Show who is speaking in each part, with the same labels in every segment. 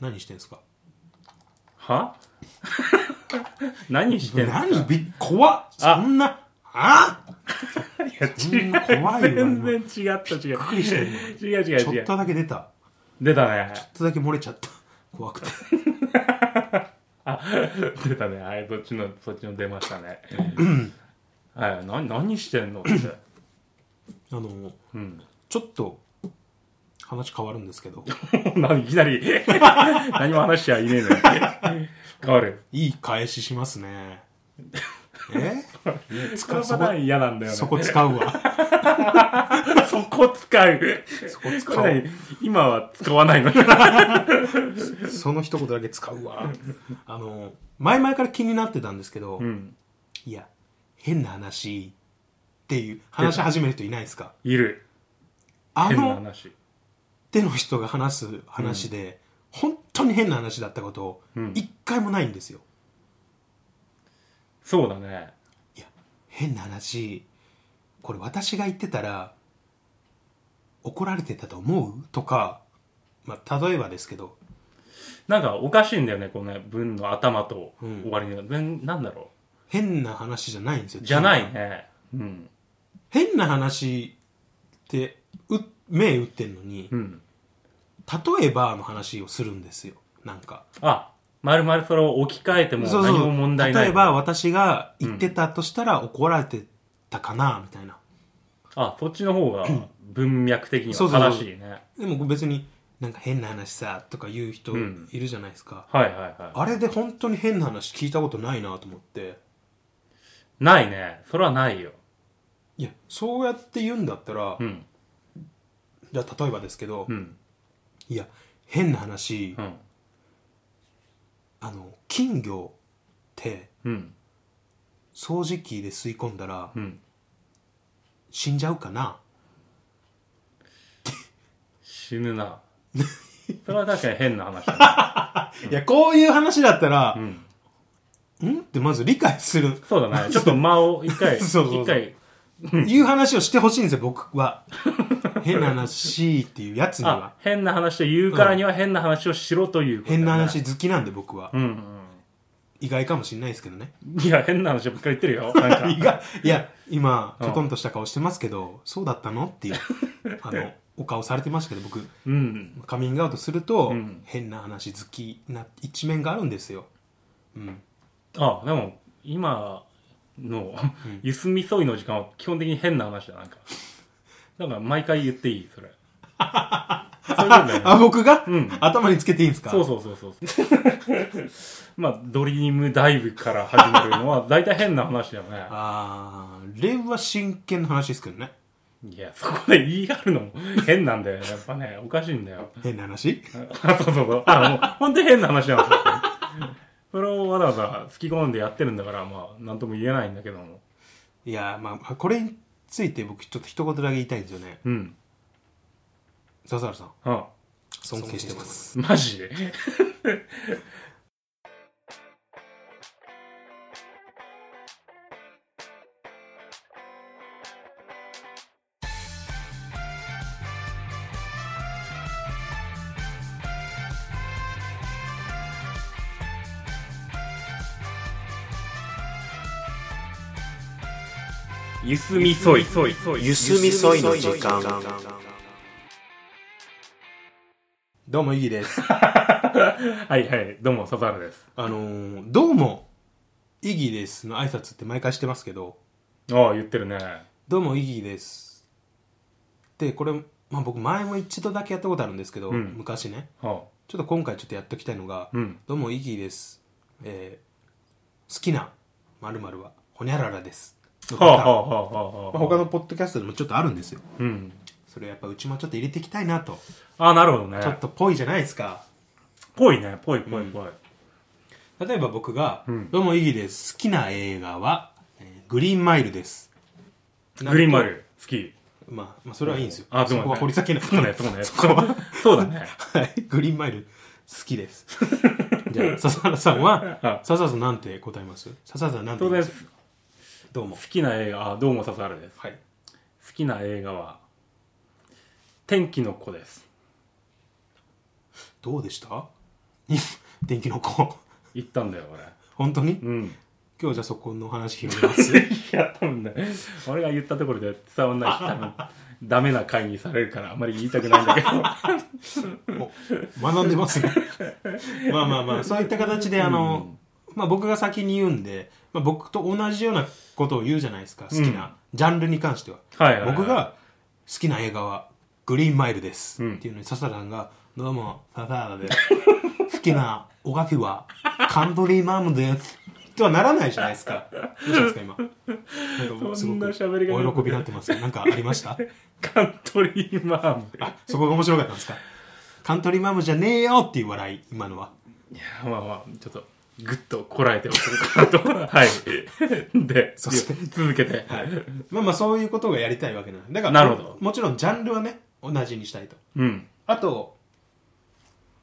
Speaker 1: 何してんすか
Speaker 2: は 何してんの
Speaker 1: 何びっ怖っそんなあ
Speaker 2: いや
Speaker 1: んな
Speaker 2: 違う
Speaker 1: 怖いわ今
Speaker 2: 全然違った違う
Speaker 1: びっくりしてんの
Speaker 2: 違う違う
Speaker 1: ちょ
Speaker 2: 違
Speaker 1: っ
Speaker 2: う
Speaker 1: とだけ出た
Speaker 2: 出たね
Speaker 1: ちょっとだけ漏れちゃった怖くて
Speaker 2: あ出たねはいそっちのそっちの出ましたねはいな何してんのって
Speaker 1: あの
Speaker 2: うん
Speaker 1: ちょっと話変わるんですけど
Speaker 2: なんいきなり 何も話しちゃいねえのに変わる
Speaker 1: いい返ししますねえいや
Speaker 2: 使
Speaker 1: 使
Speaker 2: わ
Speaker 1: うそ
Speaker 2: さ
Speaker 1: こ
Speaker 2: ない嫌なんだよね
Speaker 1: そこ使うわ
Speaker 2: そこ使う
Speaker 1: そこ使
Speaker 2: これ
Speaker 1: う
Speaker 2: 何今は使わないの
Speaker 1: その一言だけ使うわあの前々から気になってたんですけど、
Speaker 2: うん
Speaker 1: いや変な話っていう話し始める人いないですか
Speaker 2: いる
Speaker 1: あ
Speaker 2: 変な
Speaker 1: の
Speaker 2: 話
Speaker 1: 手の人が話す話で、本当に変な話だったこと
Speaker 2: うん
Speaker 1: 一回もないんですよ、
Speaker 2: そうだね
Speaker 1: いや変な話これ私が言ってたら怒られてたと思うとか、まあ、例えばですけど
Speaker 2: なんかおかしいんだよねこのね文の頭と
Speaker 1: うん
Speaker 2: 終わりの、全なんだろ
Speaker 1: 変な話じゃないんですよ
Speaker 2: うじゃないねうん
Speaker 1: 変な話ってう目打ってんのに
Speaker 2: うん
Speaker 1: 例えばの話をするんですよなんか
Speaker 2: あまるまるそれを置き換えても
Speaker 1: そう
Speaker 2: 何
Speaker 1: そう
Speaker 2: も問題ない
Speaker 1: 例えば私が言ってたとしたら怒られてたかな、みたいな
Speaker 2: あそっちの方が文脈的に
Speaker 1: そ
Speaker 2: は
Speaker 1: うそうそう
Speaker 2: 正しいね
Speaker 1: でも別になんか変な話さとか言う人
Speaker 2: うん
Speaker 1: いるじゃないですか、
Speaker 2: はいはいは
Speaker 1: あれで本当に変な話聞いたことないなと思って
Speaker 2: いないねそれはないよ
Speaker 1: いやそうやって言うんだったら、
Speaker 2: うん
Speaker 1: じゃあ例えばですけど、
Speaker 2: うん
Speaker 1: いや変な話、
Speaker 2: うん
Speaker 1: あの金魚って
Speaker 2: うん
Speaker 1: 掃除機で吸い込んだら
Speaker 2: うん
Speaker 1: 死んじゃうかな、
Speaker 2: 死 ぬなそれは確かに変な話だ、
Speaker 1: いやこういう話だったら
Speaker 2: ね、う、ん
Speaker 1: んってまず理解する
Speaker 2: そう だねちょっと間を一回
Speaker 1: そうそうそう
Speaker 2: 一回
Speaker 1: いう話をしてほしいんですよ、僕は。変な話っていうやつに
Speaker 2: あ
Speaker 1: は。
Speaker 2: 変な話と言うからには変な話をしろということだね、
Speaker 1: 変な話好きなんで僕は
Speaker 2: う。んうん
Speaker 1: 意外かもしれないですけどね。
Speaker 2: いや、変な話ばっかり言って るよ。なんか
Speaker 1: 意外、い や、今、
Speaker 2: うん
Speaker 1: きょとんとした顔してますけど、そうだったの っていう、あの、お顔されてましたけど、僕、
Speaker 2: うん。
Speaker 1: カミングアウトすると、
Speaker 2: うん
Speaker 1: 変な話好きな一面があるんですよ。うん。
Speaker 2: あ、でも、今の、
Speaker 1: ん
Speaker 2: ゆすみそいの時間は基本的に変な話だ、なんか。だから、毎回言っていい、そ れ。そういうことだよね
Speaker 1: あ、僕が、
Speaker 2: うん
Speaker 1: 頭につけていいんですか
Speaker 2: そうそうそうそう。 まあ、ドリームダイブから始まるのは、大体変な話だよね。
Speaker 1: あー、レイブは真剣な話ですけどね。
Speaker 2: いや、そこで言い張るのも変なんだよね。やっぱね、おかしいんだよ。
Speaker 1: 変な話
Speaker 2: あ、そうそうそう。あ、もう、本当に変な話なんですよ。それをわざわざ突き込んでやってるんだから、まあ、なんとも言えないんだけども。
Speaker 1: いや、まあ、これについて僕、ちょっと一言だけ言いたいんですよね。
Speaker 2: うん。
Speaker 1: 笹原さん。
Speaker 2: あ、
Speaker 1: 尊敬してます
Speaker 2: マジで。ゆすみそい。
Speaker 3: ゆすみそいの時間
Speaker 1: どうもイギです
Speaker 2: はいはい。どうも、笹原です。
Speaker 1: あのーどうもイギですの挨拶って毎回してますけど
Speaker 2: ああ、言ってるね。
Speaker 1: どうもイギですでこれ、まあ、僕前も一度だけやったことあるんですけど、
Speaker 2: うん
Speaker 1: 昔ね
Speaker 2: あ
Speaker 1: ちょっと今回ちょっとやっときたいのが、
Speaker 2: うん。
Speaker 1: どうもイギです、えー好きな〇〇はほにゃららですの
Speaker 2: は
Speaker 1: パ
Speaker 2: あ
Speaker 1: ターン
Speaker 2: はあはあはあはあ。
Speaker 1: まあ、他のポッドキャストでもちょっとあるんですよ
Speaker 2: うん。
Speaker 1: それやっぱうちもちょっと入れていきたいなと
Speaker 2: あ、なるほどね。
Speaker 1: ちょっとぽいじゃないですか
Speaker 2: ぽいね。ぽいぽいぽい。
Speaker 1: 例えば僕が「
Speaker 2: うん
Speaker 1: どうもイギです好きな映画は、えーグリーンマイルです」
Speaker 2: グリーンマイ
Speaker 1: ル
Speaker 2: ル、好き。
Speaker 1: まあ、まあそれはいいんですよ、
Speaker 2: あ、でも、
Speaker 1: そこは掘り下げなく
Speaker 2: そ
Speaker 1: て
Speaker 2: うね、そう ね。
Speaker 1: そこは
Speaker 2: そう だね。
Speaker 1: はいグリーンマイル好きですじゃあ笹原さんは
Speaker 2: あ
Speaker 1: 笹原さんなんて答えます笹原さんなんて
Speaker 2: 当
Speaker 1: 言い
Speaker 2: 然、
Speaker 1: ま
Speaker 2: 好
Speaker 1: すどうも
Speaker 2: きな映画、あ、どうも笹原です。
Speaker 1: はい
Speaker 2: 好きな映画は、天気の子です。
Speaker 1: どうでした電気の子
Speaker 2: 行ったんだよ俺
Speaker 1: 本当に
Speaker 2: うん
Speaker 1: 今日じゃあそこの話広げます
Speaker 2: いや多分ね俺が言ったところで伝わんないし多分ダメな回にされるからあんまり言いたくないん だけど
Speaker 1: お学んでますねまあまあまあそういった形であの、まあ、僕が先に言うんで、まあ、僕と同じようなことを言うじゃないですか好きな、ジャンルに関しては
Speaker 2: はいはいはい
Speaker 1: 僕が好きな映画は「グリーンマイルです」
Speaker 2: うん
Speaker 1: っていうのに笹田さんが「どうも笹田です好きなお菓子はカントリーマアムです」とはならないじゃないですかどうしたんですか今なんかす
Speaker 2: そ
Speaker 1: ご
Speaker 2: んな
Speaker 1: く
Speaker 2: 喋りが
Speaker 1: お喜びになってますけどなんかありました
Speaker 2: カントリーマーム
Speaker 1: あそこが面白かったんですかカントリーマアムじゃねえよっていう笑い今のはい
Speaker 2: やまあまあちょっとグッとこらえておこうかなと はいで
Speaker 1: そうですね
Speaker 2: 続けて、
Speaker 1: まあまあそういうことがやりたいわけなんだから
Speaker 2: なるほど
Speaker 1: もちろんジャンルはね同じにしたいと
Speaker 2: うん
Speaker 1: あと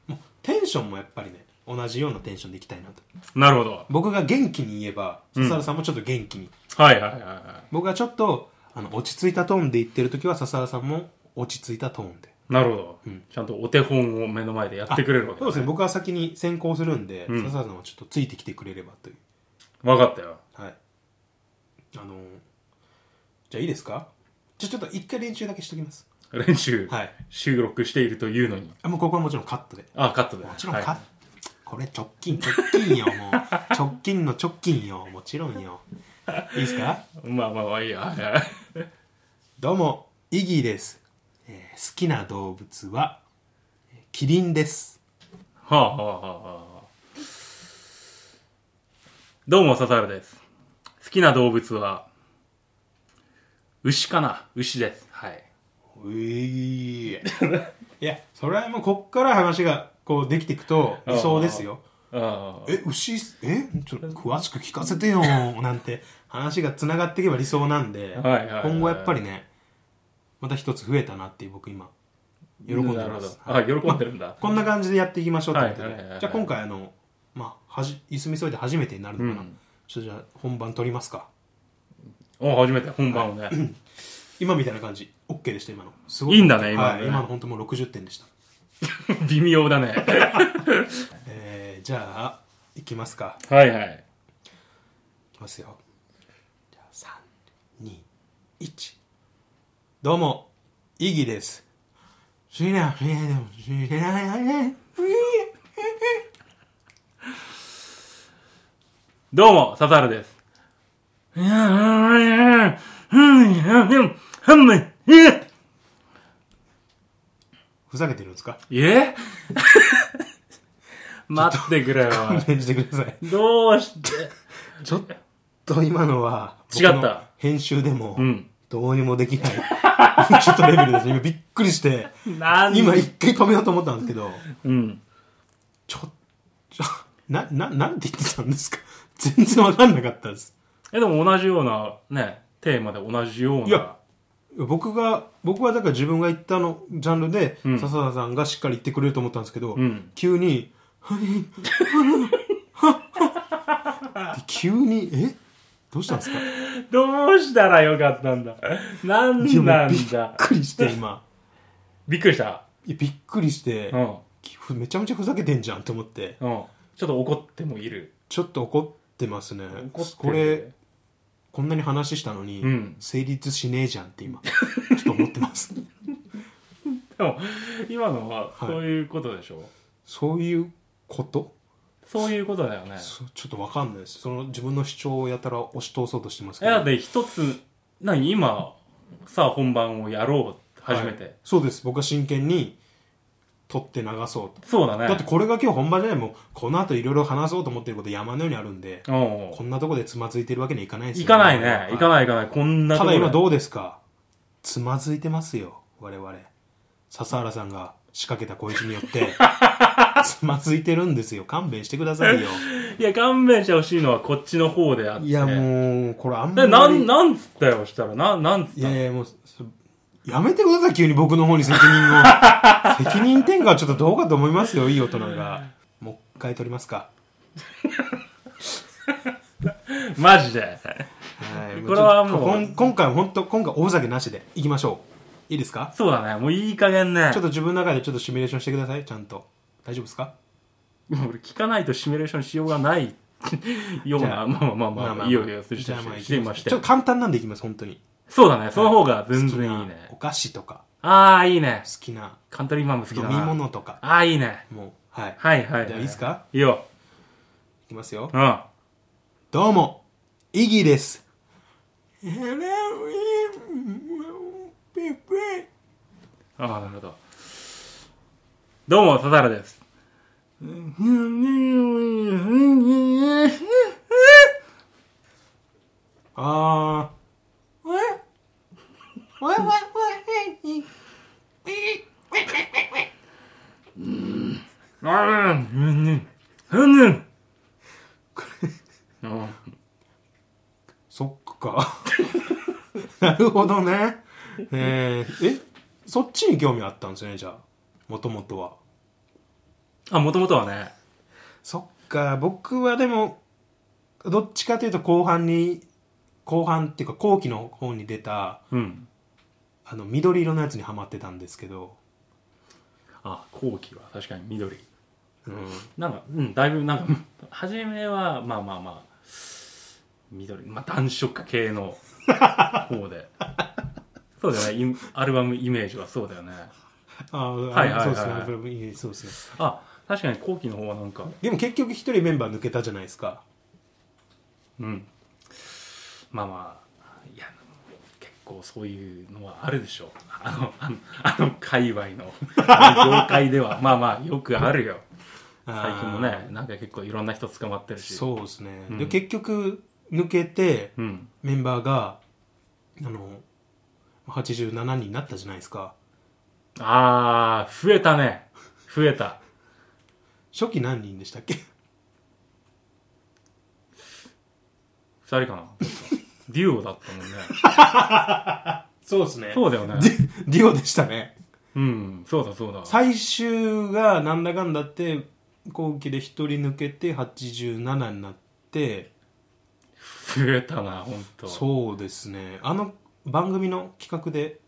Speaker 1: もうテンションもやっぱりね同じようなテンションでいきたいなと
Speaker 2: なるほど
Speaker 1: 僕が元気に言えば笹原さんもちょっと元気に、
Speaker 2: はいはいはいは
Speaker 1: 僕がちょっとあの落ち着いたトーンで言ってる時は笹原さんも落ち着いたトーンで
Speaker 2: いなるほど、ちゃんとお手本を目の前でやってくれるわけ
Speaker 1: そうですね僕は先に先行するんで、
Speaker 2: うん
Speaker 1: 笹原さんはちょっとついてきてくれればという
Speaker 2: 分かったよ
Speaker 1: はいあのーじゃあいいですかじゃあちょっと一回練習だけしときます
Speaker 2: 練習、
Speaker 1: はい
Speaker 2: 収録しているというのに
Speaker 1: あもうここはもちろんカットで
Speaker 2: あカットで
Speaker 1: もちろんカット、
Speaker 2: はい、
Speaker 1: これ直近直近よ もう直近の直近よもちろんよいいですか
Speaker 2: まあまあまあいいやはいはい
Speaker 1: どうも、イギーです。えー好きな動物は、えーキリンです。
Speaker 2: はあはあはあはあどうも笹原です好きな動物は牛かな牛ですはい う
Speaker 1: いいや、それはもうこっから話がこうできていくと理想ですよ。
Speaker 2: ああ
Speaker 1: え、牛、え、ちょっと詳しく聞かせ てよ、なんて話が繋がっていけば理想なんで、
Speaker 2: はいはい
Speaker 1: 今後やっぱりね、また一つ増えたなっていう僕今、喜んで
Speaker 2: なる
Speaker 1: ま
Speaker 2: ほど
Speaker 1: す。
Speaker 2: あ喜んでるんだ、
Speaker 1: こんな感じでやっていきましょうってことで、
Speaker 2: はいはいはいはい
Speaker 1: じゃあ今回あの、まあ、はじ、いすみそいで初めてになるのかな。
Speaker 2: うん
Speaker 1: ちょっとじゃあ本番撮りますか。
Speaker 2: お初めて本番をね、
Speaker 1: 今みたいな感じ OK でした今のす
Speaker 2: いいんだね今の
Speaker 1: は
Speaker 2: ね
Speaker 1: い、今の本当もう60点でした、
Speaker 2: 微妙だね
Speaker 1: えー、じゃあいきますか
Speaker 2: はいはい
Speaker 1: いきますよじゃあ321どうもイギです知らないでも知らない
Speaker 2: どうも笹原です
Speaker 1: ふざけてるんですか
Speaker 2: え 待ってくれよおい
Speaker 1: 勘弁してください
Speaker 2: どうして
Speaker 1: ちょっと今のは
Speaker 2: 違った
Speaker 1: 僕の編集でも
Speaker 2: ん
Speaker 1: どうにもできないちょっとレベルです今びっくりして
Speaker 2: なん
Speaker 1: 今一回止めようと思ったんですけど
Speaker 2: うん
Speaker 1: ちょ、ちょ、 な、な、なんて言ってたんですか全然わかんなかったです。
Speaker 2: えでも同じようなねテーマで同じようない
Speaker 1: や僕が、僕はだから自分が言ったの、ジャンルで、
Speaker 2: うん
Speaker 1: 笹田さんがしっかり言ってくれると思ったんですけど、
Speaker 2: うん
Speaker 1: 急に、はい、あのははは急に、えどうしたんですか
Speaker 2: どうしたらよかったんだなん
Speaker 1: いやも
Speaker 2: な
Speaker 1: うびっ
Speaker 2: んだ
Speaker 1: くりして、今。
Speaker 2: びっくりした
Speaker 1: いやびっくりして
Speaker 2: う、ん
Speaker 1: きふめちゃめちゃふざけてんじゃんと思って、
Speaker 2: うんちょっと怒ってもいる
Speaker 1: ちょっと怒ってますね。
Speaker 2: 怒ってる
Speaker 1: これ、こんなに話したのに、
Speaker 2: うん
Speaker 1: 成立しねえじゃんって今、ちょっと思ってます。
Speaker 2: でも今のは
Speaker 1: はい
Speaker 2: そういうことでしょ、
Speaker 1: そういうこと
Speaker 2: そういうことだよね
Speaker 1: そちょっとわかんないですその自分の主張をやたら押し通そうとしてますけ
Speaker 2: え
Speaker 1: ど
Speaker 2: だって一つ何今さあ本番をやろう初めて、
Speaker 1: はいそうです僕は真剣に取って流そうと
Speaker 2: そうだね
Speaker 1: だってこれが今日本番じゃないもうこの後いろいろ話そうと思ってること山のようにあるんで
Speaker 2: うん
Speaker 1: こんなとこでつまずいてるわけにはいかないです
Speaker 2: 行かないね、行か
Speaker 1: い
Speaker 2: ない行かないこんな
Speaker 1: ただ今
Speaker 2: う
Speaker 1: どうですかつまずいてますよ我々笹原さんが仕掛けた小石によって つまずいてるんですよ勘弁してくださいよ
Speaker 2: いや勘弁してほしいのはこっちの方であって
Speaker 1: いやもうこれあんまり
Speaker 2: でなんなんつったよしたらななんつった
Speaker 1: いやいや、もう、そやめてください、急に僕の方に責 任を。責任転嫁はちょっとどうかと思いますよ、いい大人が。もう一回撮りますか。
Speaker 2: マジで
Speaker 1: はい、
Speaker 2: これはもう
Speaker 1: ちょっとこん今回は本当、今回大酒なしでいきましょう。いいですか
Speaker 2: そうだねもういい加減ね
Speaker 1: ちょっと自分の中でちょっとシミュレーションしてください、ちゃんと。大丈夫ですか
Speaker 2: まあ俺聞かないとシミュレーションしようがないよう
Speaker 1: じゃ
Speaker 2: なまあまあまあまあ、いいよいいよそし
Speaker 1: じ
Speaker 2: て
Speaker 1: ゃあまあ
Speaker 2: してみまし
Speaker 1: ちょってと簡単なんでいきます本当に
Speaker 2: そうだねその方が全然いい
Speaker 1: 好きな
Speaker 2: ね
Speaker 1: お菓子とか
Speaker 2: ああいいね
Speaker 1: 好きな
Speaker 2: カントリーマンも好きだ
Speaker 1: 飲
Speaker 2: な
Speaker 1: み物とか
Speaker 2: ああいいね
Speaker 1: もうはい
Speaker 2: はいはい、
Speaker 1: じゃあいいですか
Speaker 2: いいよ
Speaker 1: いきますよ
Speaker 2: うん
Speaker 1: どうもイギーです
Speaker 2: ああ、なるほど。どうも、笹原です。
Speaker 1: あ ーそっかなるほどねえー、えそっちに興味あったんですよねじゃあもともとは
Speaker 2: あ、もともとはね。
Speaker 1: そっか僕はでもどっちかというと後半に後半っていうか後期の方に出た
Speaker 2: うん。
Speaker 1: あの緑色のやつにはまってたんですけど、
Speaker 2: あ、後期は確かに緑。
Speaker 1: うん、
Speaker 2: なんか、うん、だいぶ、なんか、初めは、まあまあまあ、緑、まあ、暖色系の方 で。そうだよねイン、アルバムイメージはそうだよね。
Speaker 1: あー
Speaker 2: はいはいはいは
Speaker 1: そうで
Speaker 2: い
Speaker 1: すねアルバムいいそうですね
Speaker 2: あ、確かに後期の方はなんか、
Speaker 1: でも結局一人メンバー抜けたじゃないですか
Speaker 2: うん。まあまあ、いや、結構そういうのはあるでしょう。あの、あの、あの界隈の、あの業界で は、まあまあ、よくあるよ。最近もね、なんか結構いろんな人捕まってるし。う。
Speaker 1: そうですね、
Speaker 2: うん
Speaker 1: で結局抜けて
Speaker 2: ん。
Speaker 1: メンバーがあの87人になったじゃないですか
Speaker 2: あー、増えたね。増えた。
Speaker 1: 初期何人でしたっけ
Speaker 2: 二人 かな。デュオだったもんね。
Speaker 1: そうですね
Speaker 2: そうだよね。
Speaker 1: ディオでしたね
Speaker 2: うん、そうだそうだ。
Speaker 1: 最終がなんだかんだって後期で1人抜けて87になって
Speaker 2: 増えたな、ほんと。
Speaker 1: そうですねあの番組の企画で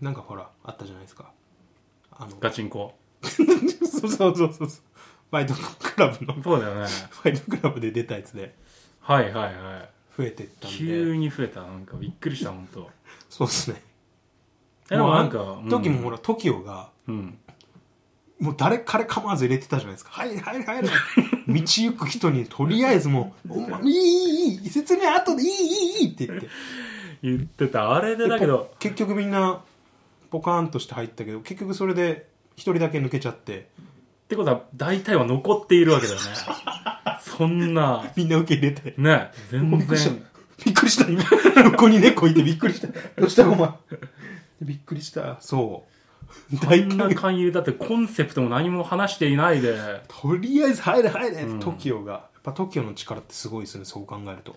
Speaker 1: なんかほらあったじゃないですかあの
Speaker 2: ガチンコ。
Speaker 1: そうそうそうそうファイトクラブの
Speaker 2: そうだよね。
Speaker 1: ファイトクラブで出たやつで
Speaker 2: はいはいはい。
Speaker 1: 増えてったん
Speaker 2: 急
Speaker 1: で
Speaker 2: に増えた。なんかびっくりした、ほんと。
Speaker 1: そうですね
Speaker 2: えでもなんか、
Speaker 1: もうあの時もほら TOKIO が
Speaker 2: うん、
Speaker 1: もう誰彼構わず入れてたじゃないですか「はいはいはい」道行く人にとりあえずもう「お前いいいいいい説明後でいいいいいい」って言って
Speaker 2: 言ってたあれ でだけど
Speaker 1: 結局みんなポカーンとして入ったけど結局それで一人だけ抜けちゃって
Speaker 2: ってことは大体は残っているわけだよね そんな
Speaker 1: みんな受け入れて
Speaker 2: ね全
Speaker 1: びっくりした
Speaker 2: 然
Speaker 1: びっくりした今横に猫いてびっくりしたどうしたごまんびっくりしたそう
Speaker 2: こ
Speaker 1: 大
Speaker 2: んな
Speaker 1: 歓迎
Speaker 2: 勧誘だってコンセプトも何も話していないで
Speaker 1: とりあえず入れ入れ、
Speaker 2: うん
Speaker 1: TOKIO がやっぱ TOKIO の力ってすごいですねそう考えると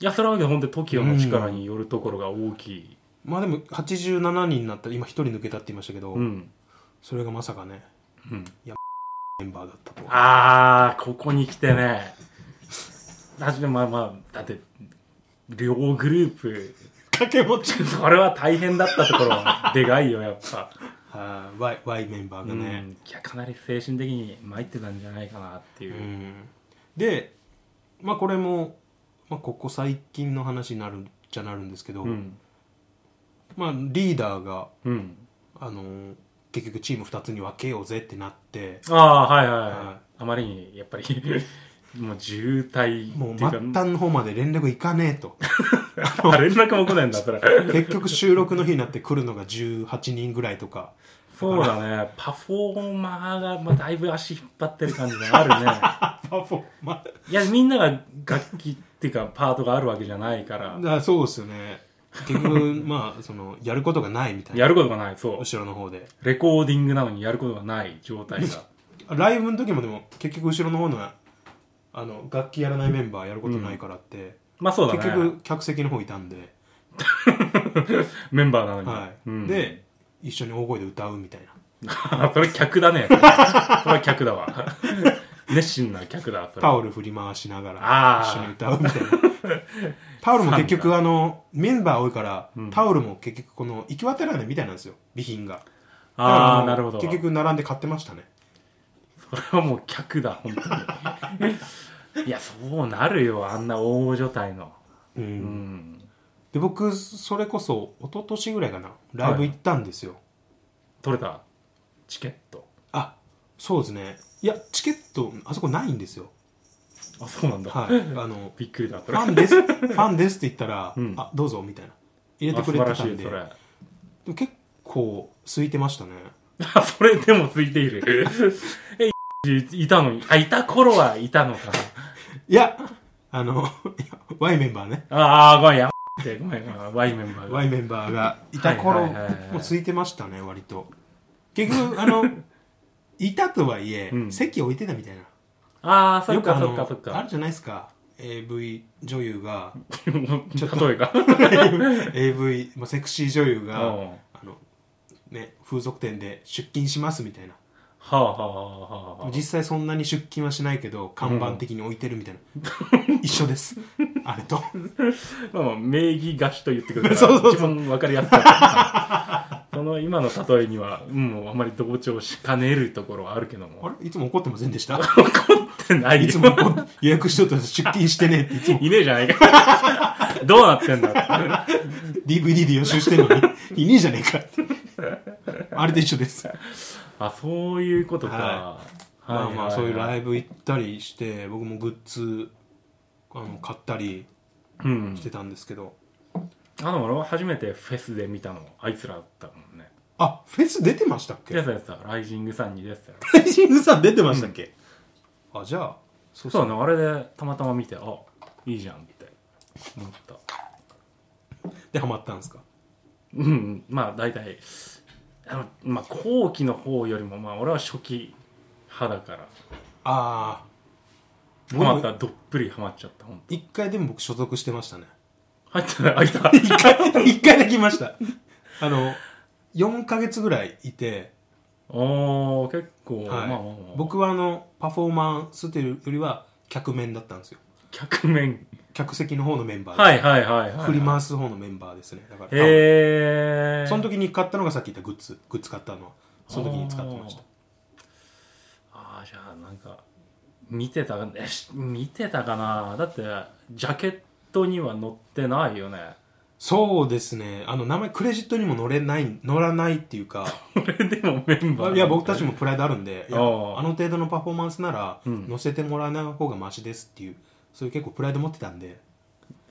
Speaker 2: いやそれは本当に TOKIO の力によるところが大きい
Speaker 1: まあでも87人になったら今一人抜けたって言いましたけど、
Speaker 2: うん、
Speaker 1: それがまさかね
Speaker 2: うん、
Speaker 1: メンバーだったとは
Speaker 2: あーここに来てね初めまあまあだって両グループ
Speaker 1: 掛け持ち
Speaker 2: それは大変だったところはでかいよやっぱ
Speaker 1: はい Y, Y メンバーがね、
Speaker 2: うん、いやかなり精神的に参ってたんじゃないかなっていう、
Speaker 1: うんでまあこれも、まあ、ここ最近の話になるじゃなるんですけど、
Speaker 2: うん
Speaker 1: まあリーダーが、
Speaker 2: うん、
Speaker 1: あのー結局チーム2つに分けようぜってなって
Speaker 2: ああはいはい、はい
Speaker 1: はい
Speaker 2: あまりにやっぱり もう渋滞
Speaker 1: もう
Speaker 2: って
Speaker 1: 末
Speaker 2: い
Speaker 1: 端の方まで連絡いかねえと
Speaker 2: あ 連絡も来ないんだそれ
Speaker 1: 結局収録の日になって来るのが18人ぐらいとか
Speaker 2: そうだねパフォーマーが、まあ、だいぶ足引っ張ってる感じがあ
Speaker 1: あパフォーマ
Speaker 2: るねいやみんなが楽器っていうかパートがあるわけじゃないから
Speaker 1: ーそうですよね結局 まあそのやることがないみたいな
Speaker 2: やることがないそう
Speaker 1: 後ろの方で
Speaker 2: レコーディングなのにやることがない状態が
Speaker 1: ライブの時もでも結局後ろの方のあの楽器やらないメンバーやることないからって、
Speaker 2: まあそうだね
Speaker 1: 結局客席の方いたんで、
Speaker 2: メンバーなのに、
Speaker 1: はい
Speaker 2: うん
Speaker 1: で一緒に大声で歌うみたいな
Speaker 2: あ それ客だ ね。それは客だわ。熱心な客だ、それ。
Speaker 1: タオル振り回しながら
Speaker 2: あー
Speaker 1: 一緒に歌うみたいな タオルも結局あのメンバー多いから、
Speaker 2: ん
Speaker 1: タオルも結局この行き渡らないみたいなんですよ備品が
Speaker 2: あ
Speaker 1: だから
Speaker 2: あ、なるほど。
Speaker 1: 結局並んで買ってましたね
Speaker 2: それはもう客だ本 当にいやそうなるよあんな大所帯の
Speaker 1: うん
Speaker 2: うん
Speaker 1: で僕それこそ一昨年ぐらいかなライブ行ったんですよ、
Speaker 2: 取れたチケット
Speaker 1: あそうですねいやチケットあそこないんですよ
Speaker 2: あそうなんだ、
Speaker 1: はいあの
Speaker 2: びっくりだそ
Speaker 1: フ
Speaker 2: れ
Speaker 1: ァンですファンですって言ったら、
Speaker 2: うん
Speaker 1: あどうぞみたいな入れてくれて
Speaker 2: あ
Speaker 1: た
Speaker 2: 素晴
Speaker 1: ん
Speaker 2: らしい
Speaker 1: で
Speaker 2: それ
Speaker 1: でも結構空いてましたね
Speaker 2: あそれでもついてい るえいたのにあいた頃はいたのか
Speaker 1: いやあのいや Y メンバーね
Speaker 2: ああごめんやってごめんごめん Y メンバーが
Speaker 1: Y メンバーがいた
Speaker 2: は
Speaker 1: 頃
Speaker 2: いはいはいはい
Speaker 1: もう空いてましたね割と結局あ のいたとはいえ、
Speaker 2: うん
Speaker 1: 席置いてたみたいな
Speaker 2: ああそっ
Speaker 1: よく
Speaker 2: か
Speaker 1: あ
Speaker 2: そ
Speaker 1: の
Speaker 2: っかそっ
Speaker 1: あ
Speaker 2: か
Speaker 1: るじゃないですか AV 女優 がちょっと
Speaker 2: 例えが
Speaker 1: AV、まあ、セクシー女優が、
Speaker 2: うん
Speaker 1: あのね、風俗店で出勤しますみたいな
Speaker 2: はあはあはあはあ
Speaker 1: 実際そんなに出勤はしないけど看板的に置いてるみたい な、一緒ですあれと
Speaker 2: まあまあ名義貸しと言ってくれ た
Speaker 1: そうそうそ
Speaker 2: ら
Speaker 1: う
Speaker 2: 一番分かりやすかった その今の例えには、うん、もうあまり同調しかねるところはあるけど
Speaker 1: あ
Speaker 2: も
Speaker 1: れいつも怒ってませんでした
Speaker 2: 怒ってないよ
Speaker 1: いつも怒っ予約しとったら出勤してねえっていつも
Speaker 2: いねえじゃないかどうなってんだって
Speaker 1: DVD で予習してんのにいねえじゃねえかってあれと一緒です、
Speaker 2: あそういうことか、
Speaker 1: は
Speaker 2: はは
Speaker 1: まあまあそういうラ
Speaker 2: イ
Speaker 1: イブ行ったりして僕もグッズあの買ったり
Speaker 2: ブ、うん
Speaker 1: し、てたんですけど、
Speaker 2: あの俺は初めてフェスで見たのあいつらだったもんね
Speaker 1: あフェス出てましたっけ
Speaker 2: やつやつだライジングさんに出てたよ
Speaker 1: ライジングさん出てましたっけ、あじゃあそ
Speaker 2: そうだねあれでたまたま見てあいいじゃんって思った
Speaker 1: でハマったんですか
Speaker 2: うんまあ大体あの、まあ、後期の方よりもまあ俺は初期派だから
Speaker 1: ああ
Speaker 2: ハマったどっぷりハマっちゃったほん
Speaker 1: 一回でも僕所属してま したね
Speaker 2: 入ったないあいた
Speaker 1: 一 回一回だけいましたあの4ヶ月ぐらいいて、
Speaker 2: おー結構、
Speaker 1: は
Speaker 2: まあ
Speaker 1: い
Speaker 2: まあまあ
Speaker 1: 僕はあのパフォーマンスというよりは客面だったんですよ
Speaker 2: 客面
Speaker 1: 客席の方のメンバーで、
Speaker 2: はいはいはいはい
Speaker 1: 振り回す方のメンバーですねだから
Speaker 2: へえ
Speaker 1: その時に買ったのがさっき言ったグッズグッズ買ったのはその時に使ってました
Speaker 2: ああじゃあなんか見てたえし見てたかなだってジャケットには載ってないよね
Speaker 1: そうですねあの名前クレジットにも載れない乗らないっていうか
Speaker 2: これでもメンバー
Speaker 1: いや僕たちもプライドあるんでいやあ
Speaker 2: ああ
Speaker 1: の程度のパフォーマンスなら
Speaker 2: うん
Speaker 1: 乗せてもらわない方がマシですっていうそういう結構プライド持ってたんで、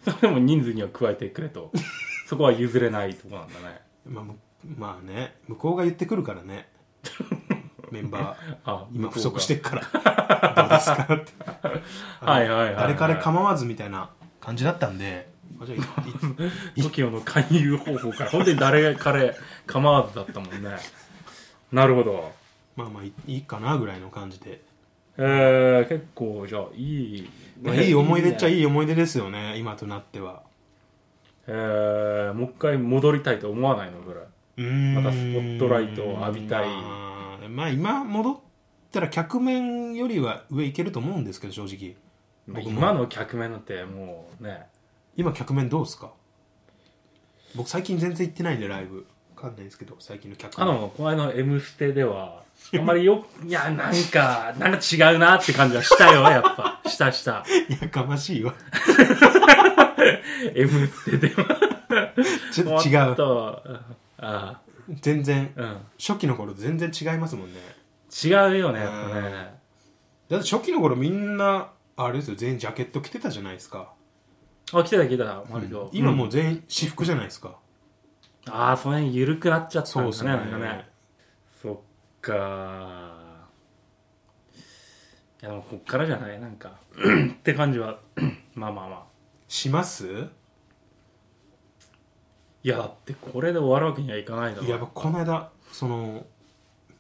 Speaker 2: それでも人数には加えてくれと そこは譲れないとこなんだね
Speaker 1: まあ、むまあね向こうが言ってくるから ねメンバー
Speaker 2: あ
Speaker 1: 今
Speaker 2: 向こうが
Speaker 1: 不足してっから どうですかって
Speaker 2: はいはいはい、はい、
Speaker 1: 誰彼構わずみたいな感じだったんであじゃあいい
Speaker 2: TOKIO の勧誘方法から本当に誰彼構わずだったもんね なるほど
Speaker 1: まあまあいいいかなぐらいの感じで、
Speaker 2: えー、結構じゃあいい、
Speaker 1: まあ、いい思い出っちゃ
Speaker 2: い
Speaker 1: い
Speaker 2: ね
Speaker 1: い思い出ですよね今となっては
Speaker 2: えー、もう一回戻りたいと思わないのぐらい
Speaker 1: ま
Speaker 2: またスポットライトを浴びたい
Speaker 1: まあ、まあ今戻ったら客面よりは上いけると思うんですけど正直
Speaker 2: まあ
Speaker 1: 僕も
Speaker 2: 今の客面なんてもうね
Speaker 1: 今客面どうですか僕最近全然行ってないんでライブわかんないですけど最近の客
Speaker 2: あ
Speaker 1: 面
Speaker 2: のこの間の「M ステ」ではあんまりよいやなんかなんか違うなって感じはしたよやっぱしたした
Speaker 1: やかましいわ
Speaker 2: 「M ステ」では
Speaker 1: ちょっと
Speaker 2: も
Speaker 1: 違
Speaker 2: っ
Speaker 1: う
Speaker 2: とあ
Speaker 1: 全然
Speaker 2: あうん
Speaker 1: 初期の頃全然違いますもんね
Speaker 2: 違うよねやっぱね
Speaker 1: だって初期の頃みんなあれですよ全員ジャケット着てたじゃないですか
Speaker 2: あ来てた来てた割と、
Speaker 1: 今も
Speaker 2: う
Speaker 1: う全員私服じゃないですか、
Speaker 2: んああその辺緩くなっちゃったん
Speaker 1: そう
Speaker 2: で
Speaker 1: ですす
Speaker 2: ね
Speaker 1: ね
Speaker 2: なんかねそっかいやでもこっからじゃないなんか って感じは まあまあまあ
Speaker 1: します
Speaker 2: いやだってこれで終わるわけにはいかないだろ
Speaker 1: いや僕この間その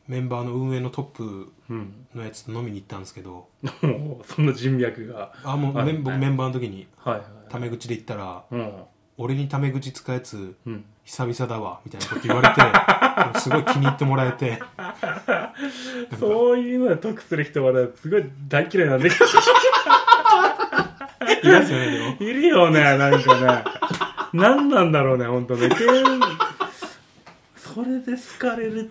Speaker 1: メンバーの運営のトップ
Speaker 2: うん、
Speaker 1: のやつと飲みに行ったんですけど
Speaker 2: もうその人脈が
Speaker 1: あもう
Speaker 2: はい
Speaker 1: メン僕
Speaker 2: はい
Speaker 1: メンバーの時に
Speaker 2: はいはい
Speaker 1: タメ口で言ったら
Speaker 2: うん
Speaker 1: 「俺にタメ口使うやつ
Speaker 2: うん
Speaker 1: 久々だわ」みたいなこと言われ てすごい気に入ってもらえて
Speaker 2: そういうので得する人はねすごい大嫌いなんで
Speaker 1: い ますよねでも
Speaker 2: いるよねなんかね何なんだろうね本当ねけんそれで好かれるい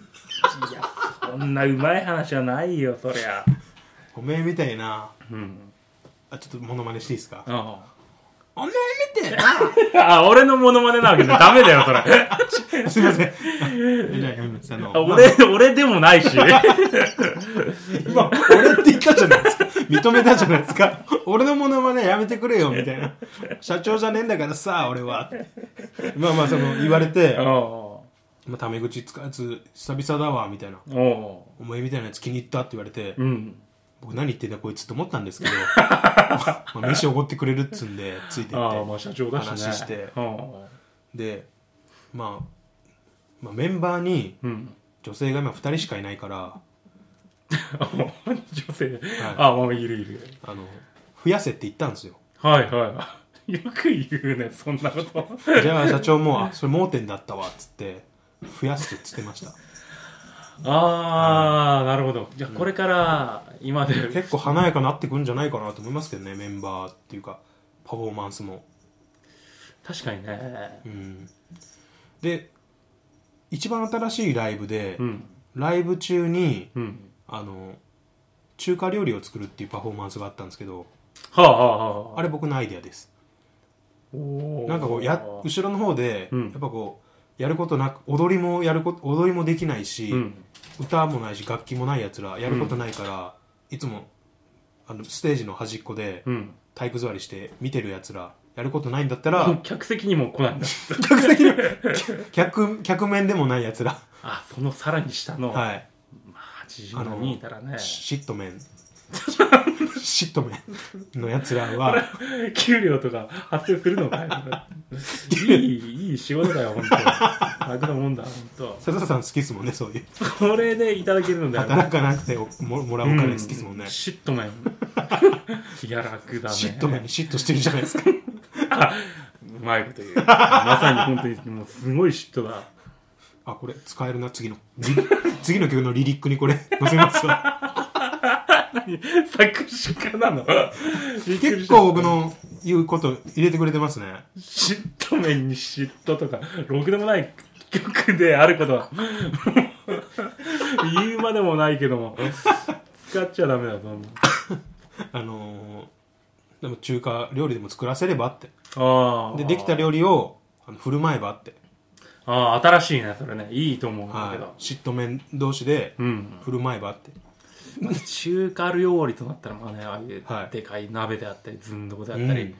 Speaker 2: やそんなうまい話はないよそりゃ
Speaker 1: おめえみたいな
Speaker 2: うん
Speaker 1: あちょっとモノマネしていいですか
Speaker 2: あ
Speaker 1: おめえみたいな
Speaker 2: ああ俺のモノマネなわけじゃダメだよそ れ
Speaker 1: すいませんえじゃあ山口さんの
Speaker 2: 俺俺でもない し
Speaker 1: 今俺って言ったじゃないですか認めたじゃないですか俺のものまねやめてくれよみたいな社長じゃねえんだからさ俺はってまあまあその言われて
Speaker 2: ああお
Speaker 1: まあタメ口使わず久々だわみたいな
Speaker 2: う
Speaker 1: お前みたいなやつ気に入ったって言われて、
Speaker 2: うん
Speaker 1: 僕何言ってんだこいつと思ったんですけどまあ飯おごってくれるっつんでついてって
Speaker 2: ああまあ社長だしね
Speaker 1: 話して
Speaker 2: うん
Speaker 1: で、まあ、まあメンバーに
Speaker 2: うん
Speaker 1: 女性が今2人しかいないから
Speaker 2: あもう女性あもういるいる
Speaker 1: あの増やせって言ったんですよ
Speaker 2: はいはい よく言うねそんな こと
Speaker 1: じゃあ社長も「あそれ盲点だったわ」っつって増やすっつってました
Speaker 2: ああ、なるほど。じゃあ、これから、今で、
Speaker 1: 結構華やかになってくんじゃないかなと思いますけどねメンバーっていうかパフォーマンスも
Speaker 2: 確かにね。
Speaker 1: うんで一番新しいライブで、
Speaker 2: うん。
Speaker 1: ライブ中に
Speaker 2: うん。
Speaker 1: あの中華料理を作るっていうパフォーマンスがあったんですけど
Speaker 2: はあ、はあ、はあ。
Speaker 1: あれ僕のアイデアです
Speaker 2: おー
Speaker 1: なんかこうや後ろの方で、
Speaker 2: うん
Speaker 1: やっぱこうやることなく踊りもやること踊りもできないし、
Speaker 2: うん。
Speaker 1: 歌もないし楽器もないやつらやることないから、いつもあのステージの端っこで
Speaker 2: うん。
Speaker 1: 体育座りして見てるやつらやることないんだった
Speaker 2: あ
Speaker 1: ら
Speaker 2: 客席にも 来ないんだ。
Speaker 1: 客席の客客面でもないやつら
Speaker 2: あ、そのさらに下の、い。
Speaker 1: はい
Speaker 2: まあ、87人いたらね、
Speaker 1: シット面シット面のやつらは
Speaker 2: 給料とか発生するのかよ。い い、いい仕事だよ、本当楽なもんだ、本
Speaker 1: 佐々さん好きですもんねそういう
Speaker 2: 当これでいただけるんだよ。
Speaker 1: 働かなくておももらうお金好きですもんね、
Speaker 2: うシットメン。いや、楽だね。
Speaker 1: シット面にシットしてるじゃないですか
Speaker 2: あうまいこと言う。まさに本当に、もうすごい嫉妬だ。
Speaker 1: あこれ使えるな次のリ次の曲のリリックにこれ載せますわ
Speaker 2: 作詞家なの
Speaker 1: 結構僕。の言うこと入れてくれてますね
Speaker 2: 嫉妬面に嫉妬とか、ろくでもない曲であることは、もう言うまでもないけども、使っちゃダメだ、そんな。
Speaker 1: あのーでも中華料理でも作らせればって
Speaker 2: ああ。
Speaker 1: でできた料理をあの振る舞えばって、
Speaker 2: ああ、新しいね、それね。いいと思うんだけど。
Speaker 1: はい、嫉妬面同士で
Speaker 2: うん。
Speaker 1: 振る舞えばって、
Speaker 2: 中華料理となったら、まあね、ああいう
Speaker 1: はい
Speaker 2: でかい鍋であったり、ずんどこであったり、
Speaker 1: うん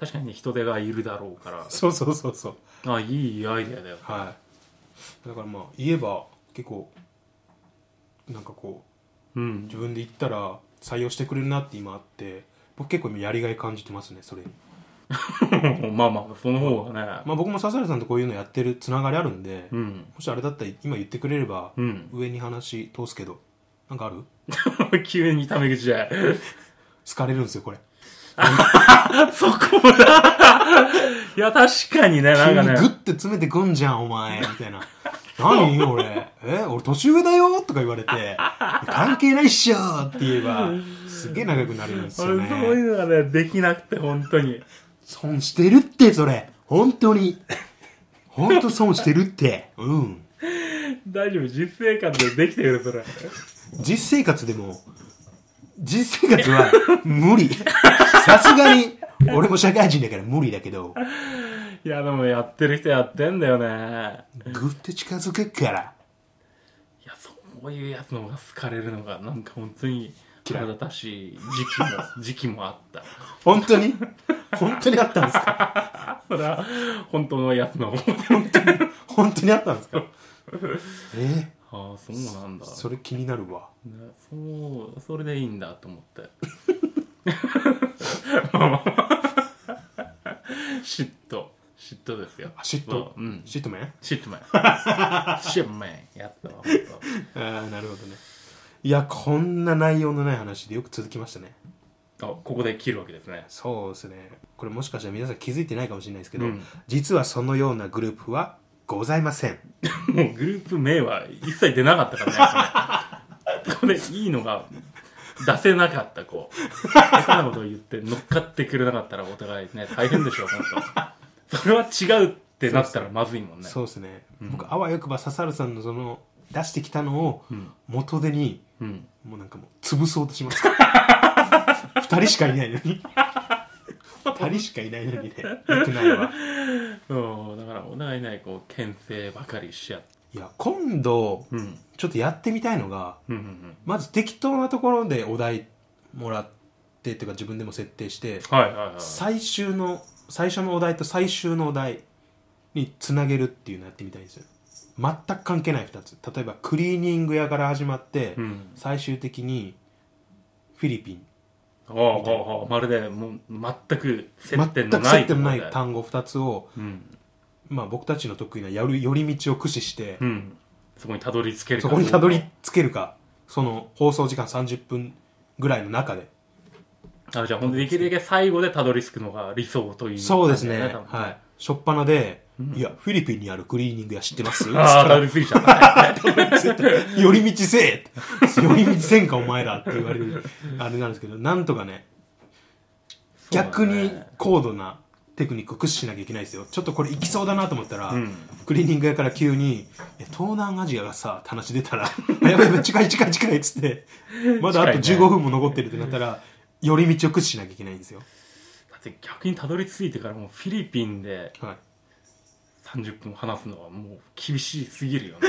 Speaker 2: 確かに人手がいるだろうから。
Speaker 1: そうそうそうそう
Speaker 2: あいいアイデアだよ
Speaker 1: はいだからまあ言えば結構なんかこう
Speaker 2: うん
Speaker 1: 自分で言ったら採用してくれるなって今あって僕結構今やりがい感じてますねそれに、
Speaker 2: まあまあその方がね、
Speaker 1: まあ、僕も笹原さんとこういうのやってるつながりあるんで、
Speaker 2: うん
Speaker 1: もしあれだったら今言ってくれれば、
Speaker 2: うん
Speaker 1: 上に話通すけどなんかある
Speaker 2: 急にタメ口で
Speaker 1: 好かれるんですよこれ
Speaker 2: そこだ いや確かにねなん
Speaker 1: 急
Speaker 2: か
Speaker 1: にグッ
Speaker 2: ね
Speaker 1: て詰めてくんじゃんお前みたいな何 俺え俺年上だよとか言われて関係ないっしょって言えばすげえ長くなれるんです
Speaker 2: そ
Speaker 1: よ
Speaker 2: うい
Speaker 1: ね
Speaker 2: うのがねできなくて本当に
Speaker 1: 損してるってそれ本当に本当損してるってうん
Speaker 2: 大丈夫実生活でできてるそれ
Speaker 1: 実生活でも実生活は無理さすがに俺も社会人だから無理だけど
Speaker 2: いやでもやってる人やってんだよね
Speaker 1: グッて近づくから
Speaker 2: いやそういうやつの方が好かれるのがなんか本当に腹立たしい時期も時期もあ った
Speaker 1: 本当に本当にあったんですか
Speaker 2: それは本当のやつの方が
Speaker 1: 本当にあったんですかえ
Speaker 2: ああそうなんだ
Speaker 1: ー、それ気になるわ
Speaker 2: ね、そうそれでいいんだと思って まあまあ嫉妬嫉妬ですよ
Speaker 1: あ嫉
Speaker 2: まあ
Speaker 1: 妬、
Speaker 2: うん
Speaker 1: 嫉妬め
Speaker 2: 嫉妬 めん嫉妬めんやったわほんと
Speaker 1: ああなるほどねいやこんな内容のない話でよく続きましたね
Speaker 2: あここで切るわけですね
Speaker 1: そうですねこれもしかしたら皆さん気づいてないかもしれないですけど、
Speaker 2: うん
Speaker 1: 実はそのようなグループはございません
Speaker 2: もうグループ名は一切出なかったからねこれこれいいのが出せなかったこう下手なことを言って乗っかってくれなかったらお互いね大変でしょ本当それは違うってなったらまずいもんね
Speaker 1: そうですね、僕あわよくば笹原さんのその出してきたのを
Speaker 2: うん
Speaker 1: 元手に
Speaker 2: うん
Speaker 1: もうなんかもう潰そうとします 二人しかいないのに二人しかいないのにね良くないわ
Speaker 2: うんだからお互いないこう牽制ばかりし合って
Speaker 1: いや今度
Speaker 2: うんうん
Speaker 1: ちょっとやってみたいのが
Speaker 2: うんうん
Speaker 1: まず適当なところでお題もらってっていうか自分でも設定して
Speaker 2: はいはいはい
Speaker 1: 最終の最初のお題と最終のお題につなげるっていうのやってみたいんですよ全く関係ない2つ例えばクリーニング屋から始まって、
Speaker 2: うん
Speaker 1: 最終的にフィリピン
Speaker 2: ああああああまるでもう全く接
Speaker 1: 全
Speaker 2: 点
Speaker 1: く
Speaker 2: のない
Speaker 1: 接点のない
Speaker 2: ところで
Speaker 1: 単語2つを、
Speaker 2: うん
Speaker 1: まあ、僕たちの得意なやる寄り道を駆使して、
Speaker 2: うんそこにたどり着ける
Speaker 1: そ
Speaker 2: か
Speaker 1: こにたどり着けるかその放送時間30分ぐらいの中で
Speaker 2: あじゃあほんとできるだけ最後でたどり着くのが理想という
Speaker 1: そうですね
Speaker 2: 感じだよ多分
Speaker 1: はい初っ端で、いやフィリピンにあるクリーニング屋知って ます?」
Speaker 2: ああたどり着いち ゃったね
Speaker 1: 寄り道せえって寄り道せんかお前らって言われるあれなんですけどなんとかね逆に高度なテクニックを駆使しなきゃいけないですよちょっとこれいきそうだなと思ったら、
Speaker 2: ん
Speaker 1: クリーニング屋から急に「え東南アジアがさ」って話出たら 「やばいやばい近い近い近い」っつってまだあと
Speaker 2: 近い
Speaker 1: 15
Speaker 2: ね
Speaker 1: 分も残ってるってなったら、寄り道を駆使しなきゃいけないんですよ
Speaker 2: だって逆にたどり着いてからもうフィリピンで
Speaker 1: はい
Speaker 2: 30分話すのはもう厳しすぎる よね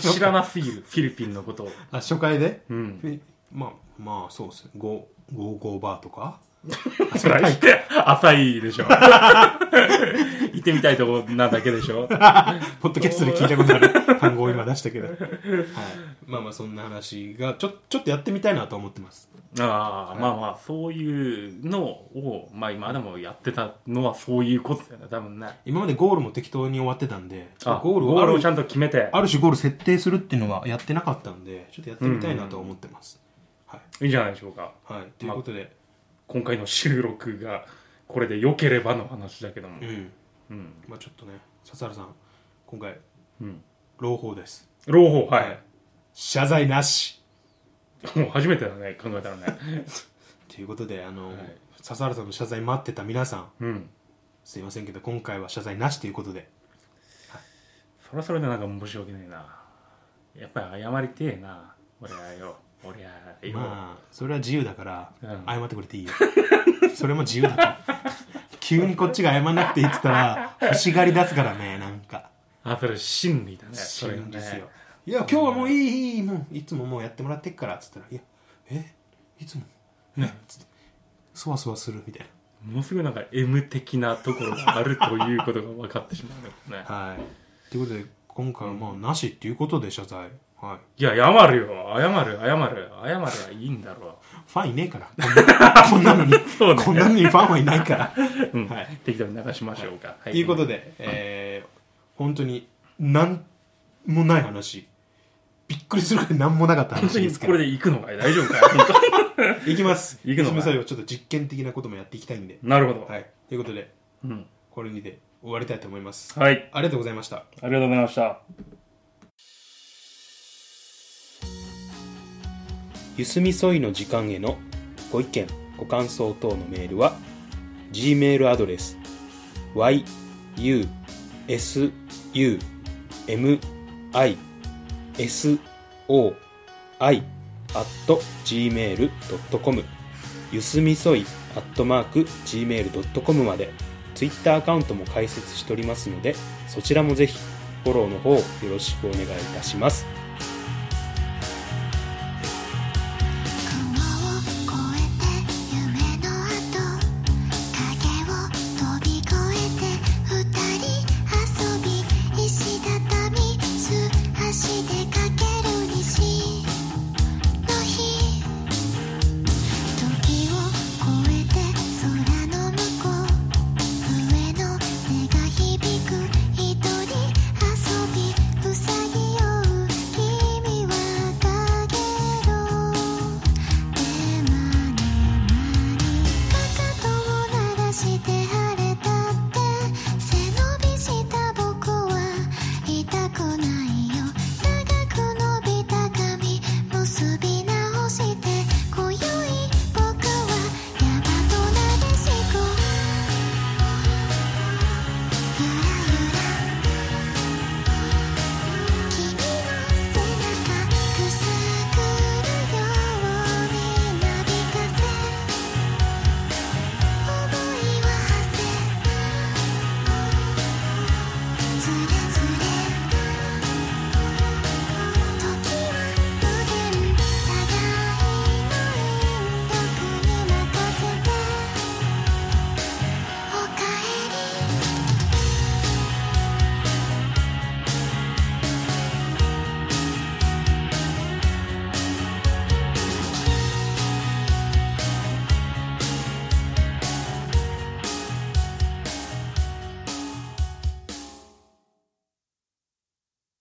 Speaker 2: 知らなすぎるフィリピンのことを
Speaker 1: あ初回で、
Speaker 2: うん
Speaker 1: えまあまあそうですね55バーと か
Speaker 2: それ浅いでしょ 行ってみたいとこなだけでしょ
Speaker 1: ポッドキャストで聞いたことある単語を今出したけど、はい、まあまあそんな話がちょちょっとやってみたいなと思ってます
Speaker 2: ああ、まあまあそういうのを、まあ、今でもやってたのはそういうことだよね多分ね
Speaker 1: 今までゴールも適当に終わってたんで
Speaker 2: あ
Speaker 1: ゴール
Speaker 2: ゴ
Speaker 1: を
Speaker 2: ー
Speaker 1: あ
Speaker 2: ルをちゃ
Speaker 1: る
Speaker 2: んと決めて
Speaker 1: ある種ゴール設定するっていうのはやってなかったんでちょっとやってみたいなと思ってます、
Speaker 2: いいんじゃないでしょうか
Speaker 1: はい、はい、ということで、
Speaker 2: 今回の収録がこれで良ければの話だけども
Speaker 1: うん
Speaker 2: うん、
Speaker 1: まあちょっとね笹原さん今回
Speaker 2: うん、
Speaker 1: 朗報です
Speaker 2: 朗報はい、
Speaker 1: 謝罪なし
Speaker 2: もう初めてだね考えたらね
Speaker 1: ということであの、
Speaker 2: い
Speaker 1: 笹原さんの謝罪待ってた皆さん
Speaker 2: うん
Speaker 1: すいませんけど今回は謝罪なしということで
Speaker 2: それはそれでなんか申し訳ねえなやっぱり謝りてえな俺はよ俺はよ、
Speaker 1: まあそれは自由だから、
Speaker 2: うん
Speaker 1: 謝ってくれていいよそれも自由だから 急にこっちが謝んなくていいっつったら欲しがり出すからねなんか
Speaker 2: あそれ真理だねそ
Speaker 1: 死
Speaker 2: れ
Speaker 1: ぬ
Speaker 2: がね
Speaker 1: んですよ、いや今日はもういいいいもういつももうやってもらってっからっつったら「いやえいつも?」
Speaker 2: ね
Speaker 1: つってそわそわするみたい
Speaker 2: ものすごいなんか M 的なところがあるということが分かってしまう
Speaker 1: な。
Speaker 2: ね
Speaker 1: はいということで今回はまあなしっていうことで謝罪はい
Speaker 2: いや、謝るよ。謝る、謝る。謝るはいいんだろ
Speaker 1: ファンいねえ からこんなこんなのに、
Speaker 2: そうね
Speaker 1: こんなのにファンはいないから
Speaker 2: う。うん
Speaker 1: はい
Speaker 2: 適当に流しましょうか。は
Speaker 1: ということ。で、えー、本当になんもない話びっくりするくらい何もなかった
Speaker 2: 本当
Speaker 1: 話で
Speaker 2: に
Speaker 1: すけ
Speaker 2: こ
Speaker 1: ど
Speaker 2: れで行くのかい大丈夫かい 本
Speaker 1: いきます
Speaker 2: 行くのか
Speaker 1: 娘さんはちょっと実験的なこともやっていきたいんで
Speaker 2: 当なるほど。
Speaker 1: はいということで
Speaker 2: うん
Speaker 1: これにて終わりたいと思います
Speaker 2: はい。あり
Speaker 1: ありがとうございました
Speaker 2: がとうございました。
Speaker 1: ゆすみそいの時間へのご意見ご感想等のメールは g メールアドレス y u s u m i s o i gmail.com ゆすみそい gmail.com までツイッターアカウントも開設しておりますのでそちらもぜひフォローの方よろしくお願いいたします